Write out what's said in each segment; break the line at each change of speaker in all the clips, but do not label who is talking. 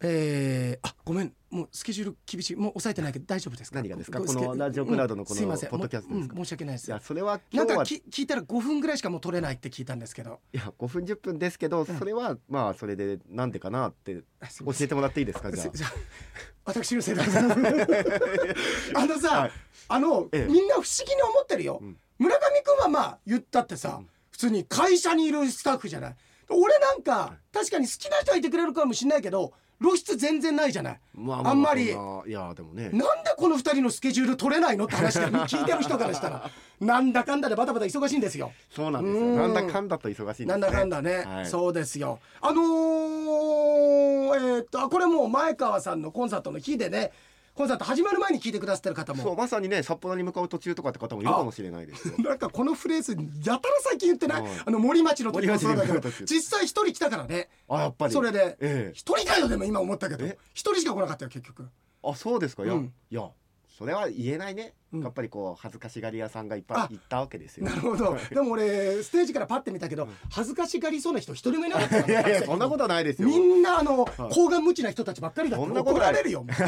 えー、あごめんもうスケジュール厳しいもう抑えてないけど大丈夫ですか
何がですか
ご
この
スケ
ラジオクラウドのこの
すいません
ポッドキャストですか
もううん申し訳ないで
い
す
やそれは
な
今
ん
日
か
は
き聞いたら5分ぐらいしかもう取れないって聞いたんですけど
いや5分10分ですけど、
ん
それはまあそれでなんでかなって
あすい
教
ません
えてもらっていいですかじゃ
すじゃあ私のせい だあのさ、
はい
あの、
ええ
みんな不思議に思ってるよ、
うん
村上君はまあ言ったってさ、普通に会社にいるスタッフじゃない俺なんか、確かに好きな人はいてくれるかもしれないけど露出全然ないじゃない、
あ、 ま
あんまり
そないやでもね
なんでこの2人のスケジュール取れないのって話だ よ聞いてる人からしたらなんだかんだでバタバタ忙しいんですよ
そうなんですよ
うん
なんだかんだと忙しいんですね
なんだかんだね、
はい
そうですよあのー、えーっとあこれもう前川さんのコンサートの日でねコンサート始まる前に聞いてくださってる方
そう
も
まさにね札幌に向かう途中とかって方もいるかもしれないですよ
なんかこのフレーズやたら最近言ってない、
はい
あの森町の時もそうだけ
森町
ど
の時
実際一人来たからね
あやっぱり
それで
ええ
一人かよでも今思ったけど一
え
人しか来なかったよ結局
あそうですかいや、
うん
いやそれは言えないね、
うん
やっぱりこう恥ずかしがり屋さんがいっ
あ
ぱい行ったわけですよ
なるほどでも俺ステージからパッて見たけど恥ずかしがりそうな人一人もいなかったか
い
ら
やいやそんなことないですよ
みんなあの
い
高顔無知な人たちばっかりだって
そんなこ
怒
と
ら
な
れ
い
る よ。もうい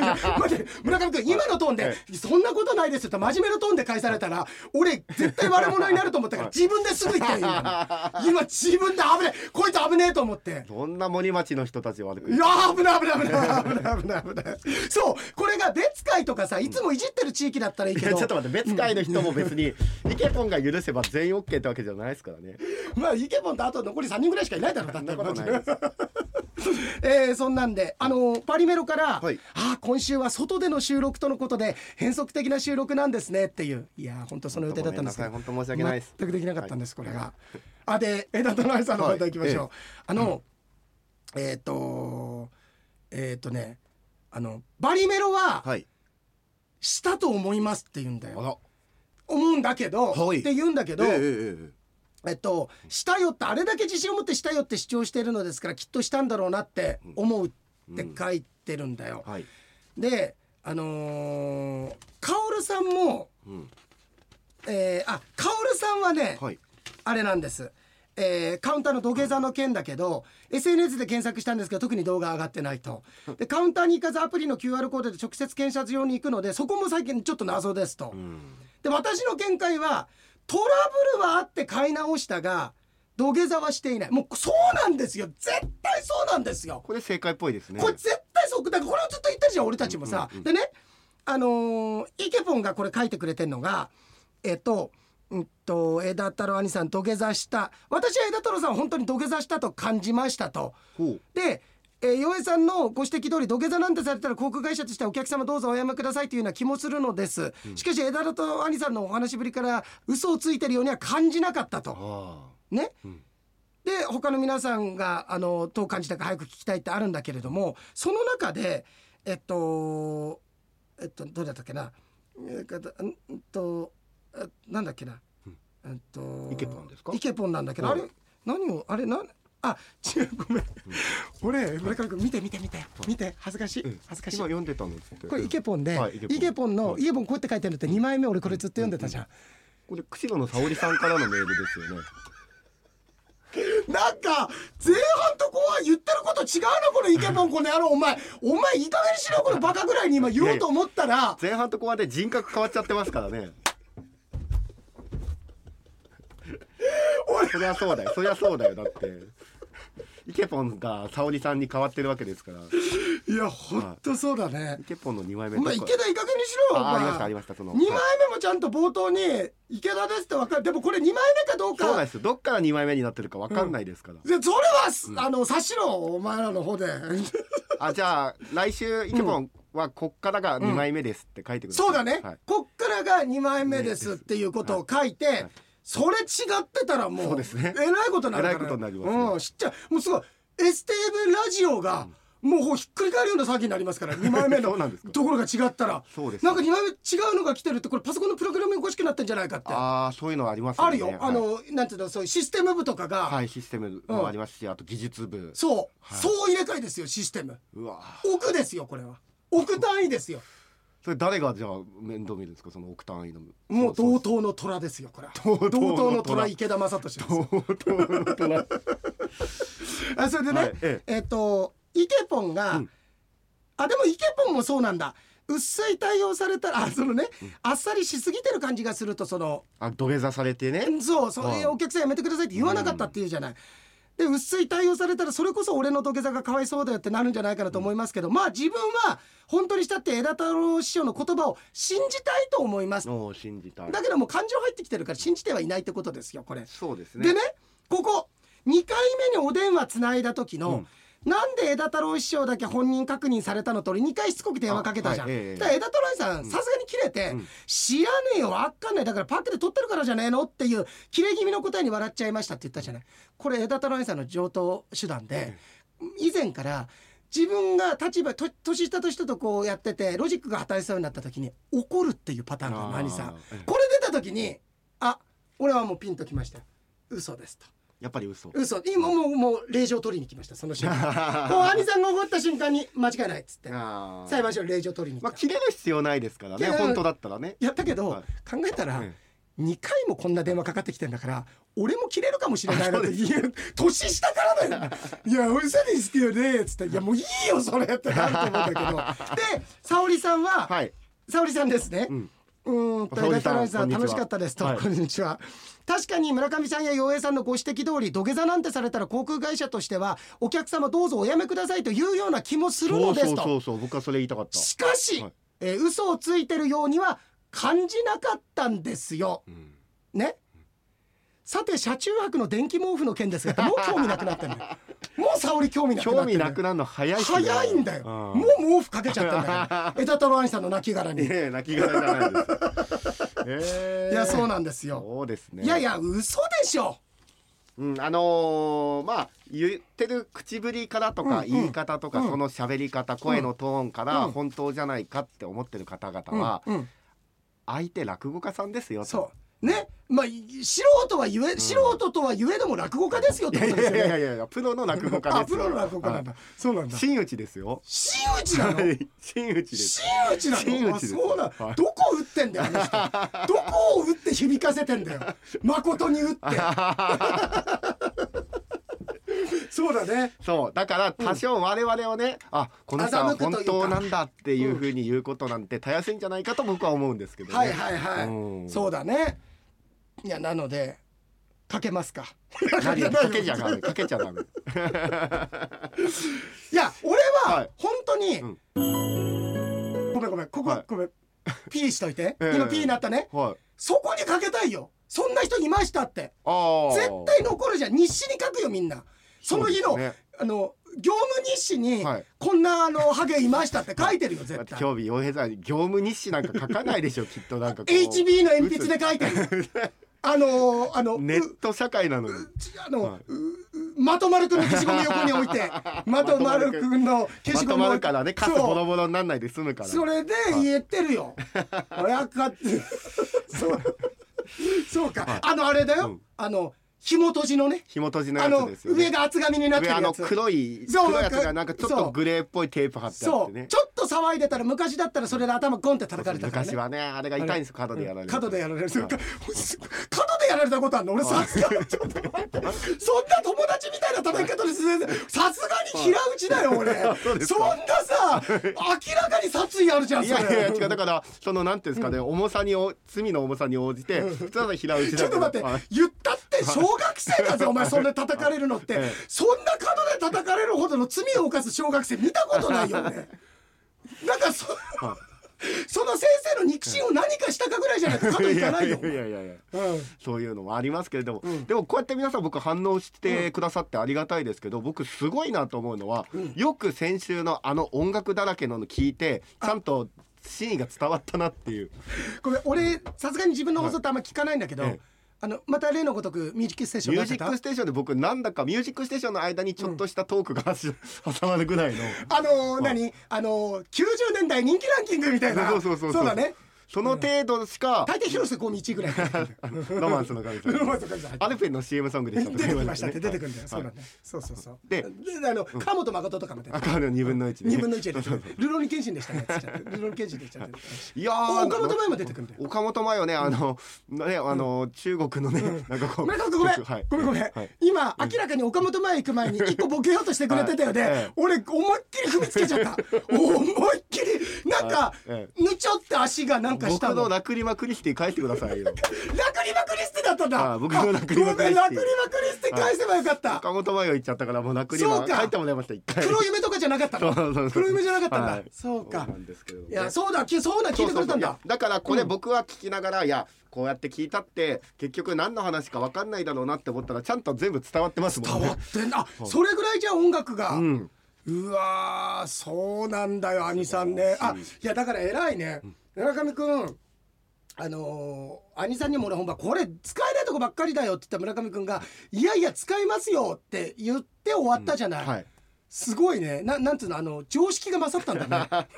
や待って村上君今のトーン
は
で「そんなことないです」って真面目なトーンで返されたら俺絶対悪者になると思ったから自分ですぐ言ったよ今今自分で危ねえこいつ危ねえと思って。
そんな森町の人たちは、
いやー危ない危ない危ない危ない危ない危ないそうこれが別会とかさいつもいじってる地域だったらいい
い
け
や
ど
ちょっと待って別会の人も別にイケポンが許せば全員 OK ってわけじゃないですからね
まあイケボンとあと残り3人ぐらいしかいないだろうだ
そ
っ
ん
て
なこと
マジ
ない
で
です
えーそんなんで、あのーパリメロから、
はい
あー今週は外での収録とのことで変則的な収録なんですねっていういやー本当その予定だったんですけど
本当ごめんなさい本当申し訳ないです
全くできなかったんです、これが。あで 枝との愛さんの方行きましょう。
は
あの、えっ、とえっ、とねあのバリメロは
はい
したと思いますって言うんだよ、
ら
思うんだけど、
はい
って言うんだけど、
えええええ
えっと、したよってあれだけ自信を持ってしたよって主張してるのですからきっとしたんだろうなって思うって書いてるんだよ
え。はい、
であのー、カオルさんも、
うん、
えー、あカオルさんはね、
はい
あれなんです、えー、カウンターの土下座の件だけど SNS で検索したんですけど特に動画上がってない とでカウンターに行かずアプリの QR コードで直接検察用に行くのでそこも最近ちょっと謎ですと。
うん
で私の見解はトラブルはあって買い直したが土下座はしていないもうそうなんですよ絶対そうなんですよ
これ正解っぽいですね
これ絶対そうだからこれをずっと言ったじゃん俺たちもさ、でねあのーイケポンがこれ書いてくれてんのがえっとうんと枝太郎兄さん土下座した私は枝太郎さんは本当に土下座したと感じましたと
ほう
で、えー、洋江さんのご指摘通り土下座なんてされたら航空会社としてはお客様どうぞおやめくださいというような気もするのです、しかし枝田と兄さんのお話ぶりから嘘をついてるようには感じなかったと
あ
ね、
ん
で他の皆さんがあのどう感じたか早く聞きたいってあるんだけれどもその中でえっとえっとどうだったっけなえっとうんとえなんだっけな、えっと
イケポンですか
イケポンなんだけど、
はい
あれ何をあれなんあ違うごめん、俺村上君見て見て見て、見て恥ずかしい
あ、うん
恥ずかしい
今読んでたのですって
これイケポンで、
はい
イ
イ
ケ
ケ
ポ
ポ
ン
ン
の、イケポンこうやって書いてあるのって2枚目俺これずっと読んでたじゃん、
これ釧路の沙織さんからのメールですよね
なんか前半と後半言ってること違うなこのイケポンこの野郎お前お前いい加減にしろこのバカぐらいに今言おうと思ったら
前半と後半で人格変わっちゃってますからね
俺
そりゃそうだよそりゃそうだよだってイケポンが沙織さんに変わってるわけですから
いやほんとそうだね
イケポンの2枚目
お前池田いい加減にしろよお
あ
前
ありましたありましたその
2枚目もちゃんと冒頭に「池田です」って分かるでもこれ2枚目かどうか
そうなんですよどっから2枚目になってるかわかんないですから、
でそれはす、あの察しろお前らの方で
あじゃあ来週イケポンはこっからが2枚目ですって書いてください、
そうだね、
はい、
こっからが2枚目ですっていうことを書いて、それ違ってたらもう
そうですね
えらいことになるから
えらいことになりますね
うん、知っちゃうもうすごい STV ラジオが、もうひっくり返るような詐欺になります から2枚目の
そうなんですか
ところが違ったら
そうです
なんか2枚目違うのが来てるってこれパソコンのプログラムがおかしくなってんじゃないかってあ
ああそういうのありますね
るよ、
はい
あのなんていうのそういうシステム部とかが、
はいシステムもありますし、あと技術部
そう、そう入れ替えですよシステム
うわ
億ですよこれは億単位ですよ
それ誰がじゃあ面倒見るんですかその億単位の
もう
そう
同等の虎ですよこれは同
同等の虎
等の虎池田正俊です
そう
あそれでね、
はいえ
えっとイケポンが、
うん
あでもイケポンもそうなんだ薄い対応されたらあそのね、あっさりしすぎてる感じがするとその
あ土下座されてね
そうそう
はい
えお客さんやめてくださいって言わなかったっていうじゃない。で薄い対応されたらそれこそ俺の土下座がかわいそうだよってなるんじゃないかなと思いますけど、まあ自分は本当にしたって枝太郎師匠の言葉を信じたいと思います
おう信じたい
だけどもう感情入ってきてるから信じてはいないってことですよこれ。
そうですね
でねここ2回目にお電話つないだ時の、なんで枝太郎師匠だけ本人確認されたのと俺2回しつこく電話かけたじゃん。
あはいえ
そ
え
したら枝太郎さんさすがに切れて、
うん
知らねえよわかんないだからパックで取ってるからじゃねえのっていう切れ気味の答えに笑っちゃいましたって言ったじゃない。これ枝太郎さんの上等手段で、以前から自分が立場と年下と人とこうやっててロジックが働きそうになった時に怒るっていうパターンがマニさん
あーええ
これ出た時にあ俺はもうピンときましたよ嘘ですと
やっぱり嘘
嘘今もうもう令状取りに来ましたその瞬 間こう
あ
兄さんが怒った瞬間に間違いないっつって
ー
裁判所に令状取りに行
ま
っ
あ
た、
切れる必要ないですから
い
ね
や
本当だったらね
やったけど、
はい
考えたら、
え
2回もこんな電話かかってきてんだから俺も切れるかもしれないなって言う年下から だよ「いや嘘ですけどね」っつって「いやもういいよそれ」ってなると思うんだ けどで沙織さんは、
はい
沙織さんですね、
うん
うーんと、
沙織さん
枝太郎さん、
こんに
楽
ちは
しかったですと、
はい
こんにちは。確かに村上さんや洋平さんのご指摘通り、土下座なんてされたら航空会社としては、お客様どうぞおやめくださいというような気もする
そ
の
う
です
そう
と。
そうそう僕はそれ言いたかった
しかし、
はい
えー嘘をついてるようには感じなかったんですよ。
うん
ね。さて、車中泊の電気毛布の件ですが、もう興味なくなってんだ よ。もう沙織興味なくなってん
興
だ
味
よ
なくなるの早いっすね
早いんだよ。
う
もう毛布かけちゃったんだ よ。枝太郎兄さんの亡骸に。
い
い
や泣き方じゃないです。 え
や、そう
う
なんですよ。
そうですね。
いやい、や嘘でしょ
うん、あのーまあ言ってる口ぶりからとか、
うんうん
言い方とか、
うん
その喋り方、声のトーンから、
うん
本当じゃないかって思ってる方々は、
うんうん
相手落語家さんですよと。
そうねまあい素人はゆえ、素人とはゆえでも落語家ですよって
い
こ
やい
とですよ
や
ね
いやいやいや、プロの落語家ですよ。
あプロの落語家なんだ、
は
そうなん
い
だ
真打ちですよ。
真打ちなの
はい真打ちです。
真打ちなの
真打ちです
あそうなの
はい
どこ打ってんだよあの人どこを打って響かせてんだよ誠に打ってそうだね
そうだから多少我々をね、あこの人
欺
は
くという
本
か
当なんだっていうふうに言うことなんてたやすいんじゃないかと僕は思うんですけどね。
はいはいはい、
うん
そうだねいやなのでかけますか
何かけちゃダメかけちゃダメ。
いや俺
は
はい本当に、
うん
ごめんごめんここ、
はい
ご めん P しといて、
ええ
今 P になったね
はい。
そこにかけたいよそんな人いましたって
ああ。
絶対残るじゃん日誌に書くよみんなその日の,、
そうですね
あの業務日誌に、
はい
こんなあのハゲいましたって書いてるよ
だ
絶
って
対
興味洋平さん業務日誌なんか書かないでしょきっとなんかこう
HB の鉛筆で書いてるあのあの、
ネット社会なのに
あの、
はいう
うまとまるくんの消しゴム横に置い てまとまるくんの消
ま
しゴ
と
ム
ま
置
る
いて
からねカスボロボロになんないで済むから
それで言ってるよ。親か って。そう。そうか、あのあれだよ。
うん
あの紐閉じのね。
紐閉じの
あ
やつ
の、
ですよね
上が厚紙になって
上
る
あ
や
の
つ。
黒い
そう
黒いやつがなんかちょっ
そう
とグレーっぽいテープ貼ってあっ
そ
て
う。
ね
ちょっと騒いでたら昔だったらそれで頭ゴンって叩かれたからね。
昔はねあれが痛いんですよ角でやられる
角でやられる。角
はい
でやられたことあるの俺さすがにちょっと待ってそんな友達みたいな叩き方ですさすがに平打ちだよ俺
そうです
そん
か
なさ明らかに殺意あるじゃん
い
それ
やいや違うだからそのなんていうんですかね重さにお罪の重さに応じて普通は平打ちだけど
ちょっと待って
はい
言ったって小学生だ ぜお前そんな叩かれるのって、
ええ
そんな角で叩かれるほどの罪を犯す小学生見たことない よねなんかそ
は
その先生の肉親を何かしたかぐらいじゃないと角いかないよ
いやいやいや
うん
そういうのもありますけれども、でもこうやって皆さん僕反応してくださってありがたいですけど、僕すごいなと思うのは、よく先週のあの音楽だらけのの聞いてちゃんと真意が伝わったなっていう
ごめん俺さすがに自分の放送ってあんま聞かないんだけど、
ええ
あのまた例のごとくミュージックステーション
ミュ
にな
ー
っ
ジ
て
ッ
た
クステーションで僕なんだかミュージックステーションの間にちょっとしたトークが挟挟まるぐらいの。
あのー、何あのー、90年代人気ランキングみたいな
そうそうそうそう
だね
その程度しか、
大体広瀬香美1位ぐらい 入ってる
ロマンスの神
ロマ
様
ンスの神様入ってる
アルペンの CM ソングでした
出てき ましたって出てくるんだよ、そう
は
ないんだよそうそうそう
で
あの鎌本誠とかも出て
赤の二分の一でね
2分の1で出てくるルロニケンシンでしたねつっちゃってルロニケンシンでし ちゃって
いやー
お岡本真も出てくるんだよ
岡本真よねあの、ねあの中国のね、なんかこ
ご
う
めんごめん、
はい
ごめんごめん、
はい
今明らかに岡本前行く前に一個ボケようとしてくれてたよね、
はいええ
俺思いっきり踏みつけちゃ った思いっきりなんか、
え
ぬちょって足がなんかし
僕
たの
のラクリマクリスティ返してくだ さいよ
ラクリマクリスティだったんだ
あ僕のラクリマクリ
ごめ
スティ
んラクリマクリスティ返せばよかった、
岡本真よ行っちゃったからもうラクリマ
そうか
返ってもらいました一回
黒夢とかじゃなかった
そうそうそ
の
う
黒夢じゃなかったんだ、
はい
そうか
なんですけどね
いやそうだきそうだ聞いてくれたん
い
だ
やだからこれ僕は聞きながら、いやこうやって聞いたって結局何の話か分かんないだろうなって思ったらちゃんと全部伝わってますも
変
ん
わ
ね。
ってんだあそれぐらいじゃ音楽が、
うん、
うわーそうなんだよ兄さんねあいやだから偉いね村上君あのー兄さんにも俺ほんまこれ使えないとこばっかりだよって言った村上君が「いやいや使いますよ」って言って終わったじゃない、
はい
すごいねななんつうのあの常識が勝ったん だね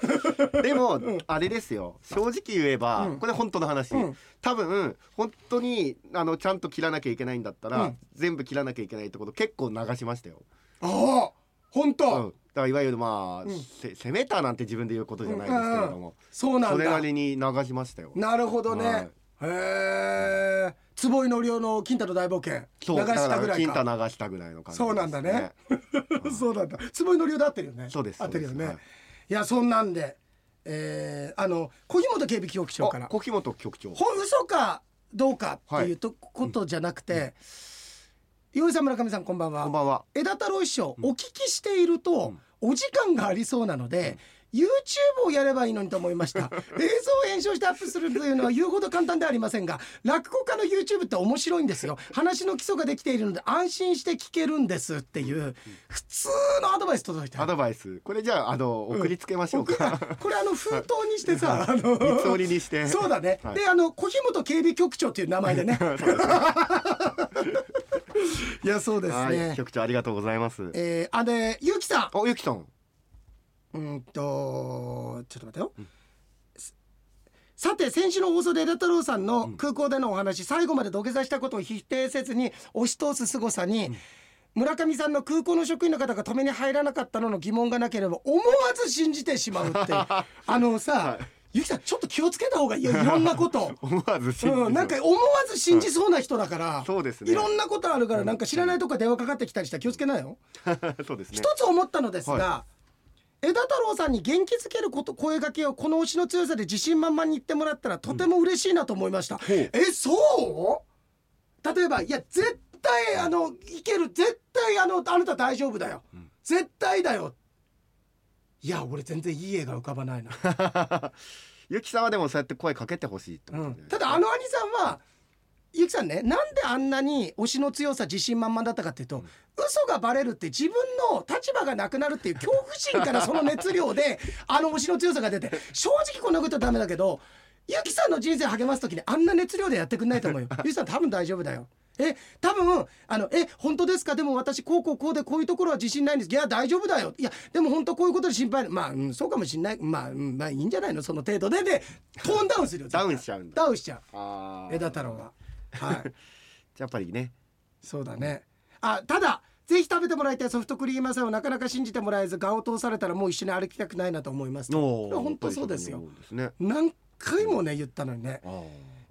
でも、あれですよ正直言えば、これ本当の話、
うん
多分本当にあのちゃんと切らなきゃいけないんだったら、
うん
全部切らなきゃいけないってこと結構流しましたよ、
ああ本当、
うん、だからいわゆるまあ、せ攻めたなんて自分で言うことじゃないですけれども、
そうなん
そ
だ
れなりに流しましたよ
なるほどね、
はい
へえ坪井のりおの金太の大冒険
そう
流したぐらい
だ
か
から金太流したぐらいの感じです、
そうなんだね そうなんだ坪井のりおで合ってるよね
そうです
合ってるよね、
そう
い
ですは、
やそんなんでえー、あの小日本警備局長から
あ小木本局長
本嘘かどうかっていうと、ことじゃなくて、岩井さん村上さんこんばんは
こんばんは
枝太郎師匠、お聞きしていると、お時間がありそうなので、YouTube をやればいいのにと思いました映 像を編集してアップするというのは言うほど簡単ではありませんが落語家の YouTube って面白いんですよ話の基礎ができているので安心して聞けるんですっていう普通のアドバイス届いた
アドバイスこれじゃああの送りつけましょうか、
これあの封筒にしてさ、あの
三つ折りにして
そうだね、
はい
であの小日本警備局長っていう名前でね いやそうです
はい
ね
局長ありがとうございます
えー、あでゆうきさん
おゆきさん
うんとちょっと待ってよ、すさて先週の放送で枝太郎さんの空港でのお話、最後まで土下座したことを否定せずに押し通す凄さに、村上さんの空港の職員の方が止めに入らなかったのの疑問がなければ思わず信じてしまう っていうあのさ、ゆきさんちょっと気をつけた方がいいよいろんな こと。
思わず信じてしまう
うん、なんか思わず信じそうな人だから、
そうですね
いろんなことあるからなんか知らないとこから電話かかってきたりしたら気をつけないよ。
そうですね
一つ思ったのですが、
は
枝太郎さんに元気づけること声掛けをこの推しの強さで自信満々に言ってもらったらとても嬉しいなと思いました、
ほう
えそう例えばいや絶対あのいける絶対あのあなた大丈夫だよ、絶対だよいや俺全然いい絵が浮かばないな、
ゆきさんはでもそうやって声かけてほしいってこ
う
と
ん
じゃない
ただあの兄さんはゆきさんねなんであんなに推しの強さ自信満々だったかっていうと、嘘がバレるって自分の立場がなくなるっていう恐怖心 からその熱量であの推しの強さが出て正直こんなことはダメだけどゆきさんの人生励ます時にあんな熱量でやってくんないと思う よゆきさん多分大丈夫だよえ多分あのえ本当ですかでも私こうこうこうでこういうところは自信ないんですいや大丈夫だよいやでも本当こういうことで心配まあ、うん、そうかもしんないまあ、うんまあいいんじゃないのその程度ででトーンダウンするよ
ダウンしちゃうんだ
ダウンしちゃう
あー
枝太郎ははい
やっぱりね
そうだねあただぜひ食べてもらいたいソフトクリーム屋さんをなかなか信じてもらえず顔を通されたらもう一緒に歩きたくないなと思います
お
これは本当そうですよ
ですね
何回もね言ったのにね
あー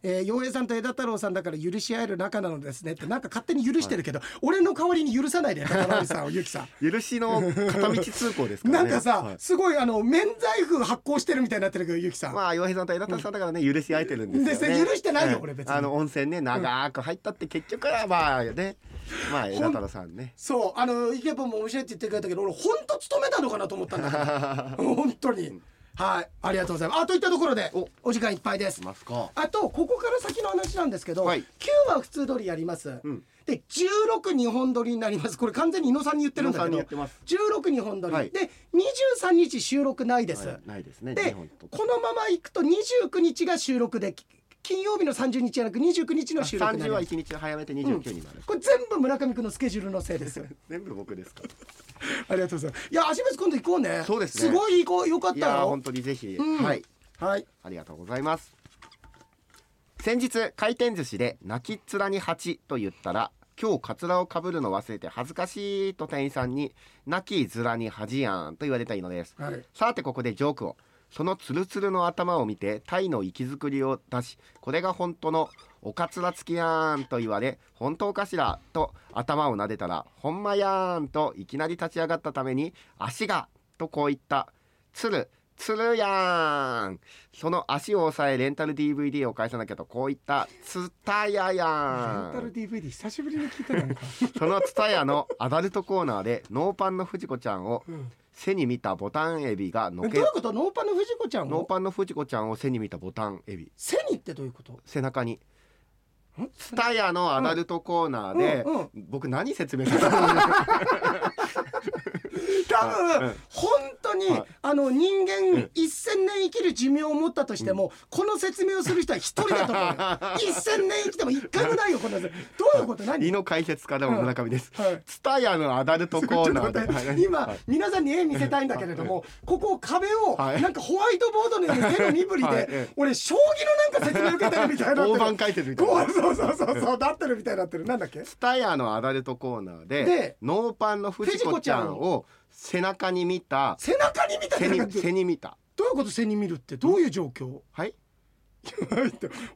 えー洋平さんと枝太郎さんだから許し合える仲なのですねってなんか勝手に許してるけど、俺の代わりに許さないで枝太郎さんをゆ きさん
許しの片道通行ですか
な
らね
んかさ、
はい
すごいあの免罪符発行してるみたいになってるけどゆきさん、
まあ岩井さんと枝田さんだからね許し合えてるんですよ
で
ね
許してないよ
ええ
俺別に
あの温泉ね長く入ったって結局はまあねまあ枝太郎さんね
そうあのイケポンも面白いって言ってくれたけど俺ほんと勤めたのかなと思ったんだから 本当にはいありがとうございますあといったところで
お
お時間いっぱいです
いますか
あとここから先の話なんですけど、
はい
9は普通通りやります、で16日本撮りになりますこれ完全に井野さんに言ってるんだけ
井野さんに
ど
言ってます
16日本撮り、
はい
で23日収録ないです、
はいないですね日
で
本と
このまま行くと29日が収録でき金曜日の30日じゃなく29日の収録にな
30
り
は
ます
1日早めて29になる
これ全部村上君のスケジュールのせいです
全部僕ですか
ありがとうございます。いや、足別今度行こうね。
そうですね
すごい行こう、よかっ
い
た
やー
よ
本。当にぜひ
うん
はい
はい。
ありがとうございます先日回転寿司で泣きっ面に蜂と言ったら今日カツラをかぶるの忘れて恥ずかしいと店員さんに泣き面に恥やんと言われたいのです
はい
さてここでジョークをそのツルツルの頭を見てタイの息づくりを出しこれが本当のおかつらつきやーんと言われ本当かしらと頭を撫でたらほんまやーんといきなり立ち上がったために足がとこう言ったつるつるやーんその足を押さえレンタル DVD を返さなきゃとこう言ったつたやや
レン
ーん
タル DVD 久しぶりに聞いたなん か、
そのツタヤのアダルトコーナーでノーパンの藤子ちゃんを
うん
背に見たボタンエビがの
えど
け
ういうことノーパンの藤子ちゃん
ノー
を
パンの藤子ちゃんを背に見たボタンエビ
背にってどういうこと
背中に
ん
ツタヤのアダルトコーナーで、
うんうん
僕何説明するの
多分、
うん
本当に、
はい
あの人間、
うん
1000年生きる寿命を持ったとしても、この説明をする人は一人だと思うよ 1000年生きても一回もないよこんなどういうこと何
胃の解説家でも村上です、
はい
ツタヤのアダルトコ
ちょ
ー
っと
ナ
待っ
ー
て
ではい
今、皆さんに絵見せたいんだけれども、ここ壁を、
はい
なんかホワイトボードのように手の身振りで、
はいええ
俺将棋のなんか説明受けてるみたいになってる
大盤解説みたいな
こうそうそうそうそうなってるみたいになってるなんだっけ
ツタヤのアダルトコーナーで
で
ノーパンの藤子ちゃんを背中に見た
背中に見た
背
って
に背に見た
どういうこと背に見るってどういう状況
はい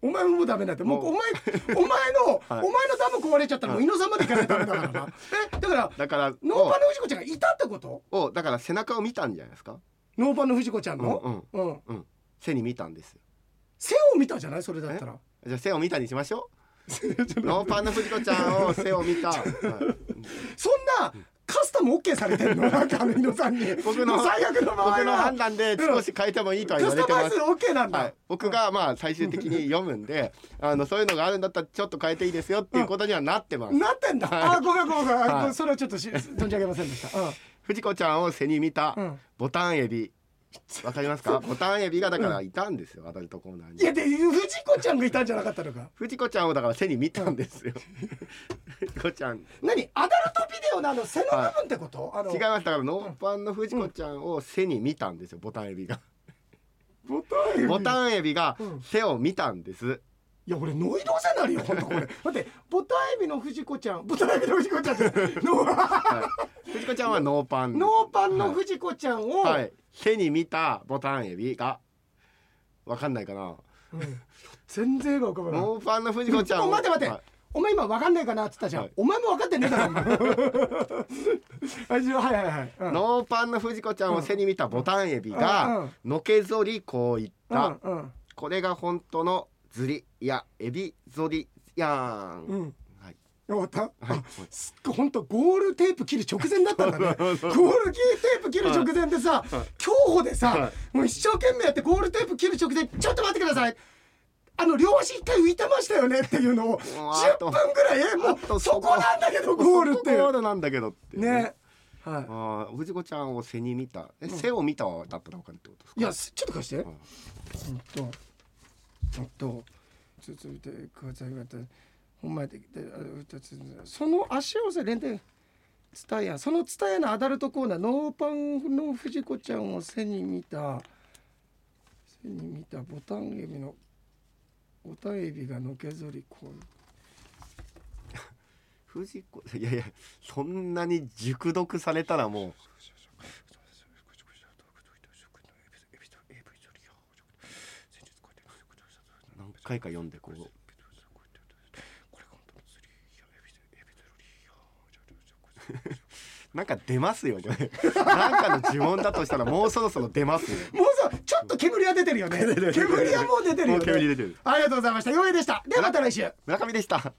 お前もうダメなんだってもう
もう
お前お前の、
はい
お前のダム壊れちゃったらもう
は
井野さんまで行かないとダメだからなえだから
だから
ノーパンの藤子ちゃんがいたってこと
ををだから背中を見たんじゃないですか。
ノーパンの藤子ちゃんの、
うん
うん
うん。背に見たんですよ。
背を見たじゃないそれだったら
じゃあ背を見たにしましょ う。ノーパンの藤子ちゃんを背を見た。はい
そんなカスタム OK されてるのなんかあの井野さんに
僕の
最悪の場合は
僕の判断で少し変えてもいいとは言
カス
われ
タ
て
マ
ま
イ
す
ズ。OK なんだ、
はい、僕がまあ最終的に読むんで、あのそういうのがあるんだったらちょっと変えていいですよっていうことにはなってます。
なってんだ、
はい
あごめんごめんごめん、
はい
それはちょっとし存じ上げませんでした、うん
藤子ちゃんを背に見た
うん
ボタンエビ。わかりますか？ボタンエビがだからいたんですよ、アダルトコーナー
いや
に。
で藤子ちゃんがいたんじゃなかったのか
藤子ちゃんをだから背に見たんです よ。藤子ちゃん。
何アダルトビデオのあの背の部分ってこと、あの
違いますだからノーパンの藤子ちゃんを背に見たんですよボタンエビが
ボタン
ボタンエビが
うん
背を見たんです
いや俺ノイローゼになる よ本当これ待ってボタンエビの藤子ちゃんボタンエビの藤子ちゃんってノ ー
藤子ちゃんはノーパン
ノーパンの藤子ちゃんを、
はい背に見たボタンエビがわかんないかな
うん全然絵が浮かばない
ノーパンの藤子ちゃんを
お待て待て、
はい
お前今分かんないかなっつったじゃん、
はい
お前も分かってねえだろお 前あじゃあはいはいはい、うん
ノーパンの藤子ちゃんを背に見たボタンエビ
うんうん
がのけぞりこう言った
うんうん
これが本当のズリいやエビゾリやーん
うん
はい
終わった、
はい
あすっごいほんとゴールテープ切る直前だったん だねゴールテープ切る直前でさ競歩でさ
は
もう一生懸命やってゴールテープ切る直前ちょっと待ってくださいあの両足一回浮いてましたよねっていうのを
もうあ
10
と
分ぐらいえ
あ
もう
と
そこなんだけどゴールってい
ゴー
う
ルなんだけどっていう
ねはい
ああ、藤子ちゃんを背に見た。え、背を見ただったらわかるってことですか。
いや、すちょっと貸して。うんと、うんと、続いてくださいまた。ほんまで、で、あ二つその足をさ、連帯。ツタヤ、そのツタヤのアダルトコーナー、ノーパンの藤子ちゃんを背に見た。背に見たボタンエビの。ボタンエビがのけぞり、こう。
藤子、 いやいや、そんなに熟読されたらもう。何回か読んでこう。 なんか出ますよ、これ。なんかの呪文だとしたら、もうそろそろ出ますよ。
もうさ、ちょっと煙は出てるよね。煙はもう出てるよ、
もう煙
ね。
出てる。
ありがとうございました。ようやでした。ではまた来週。
村上でした。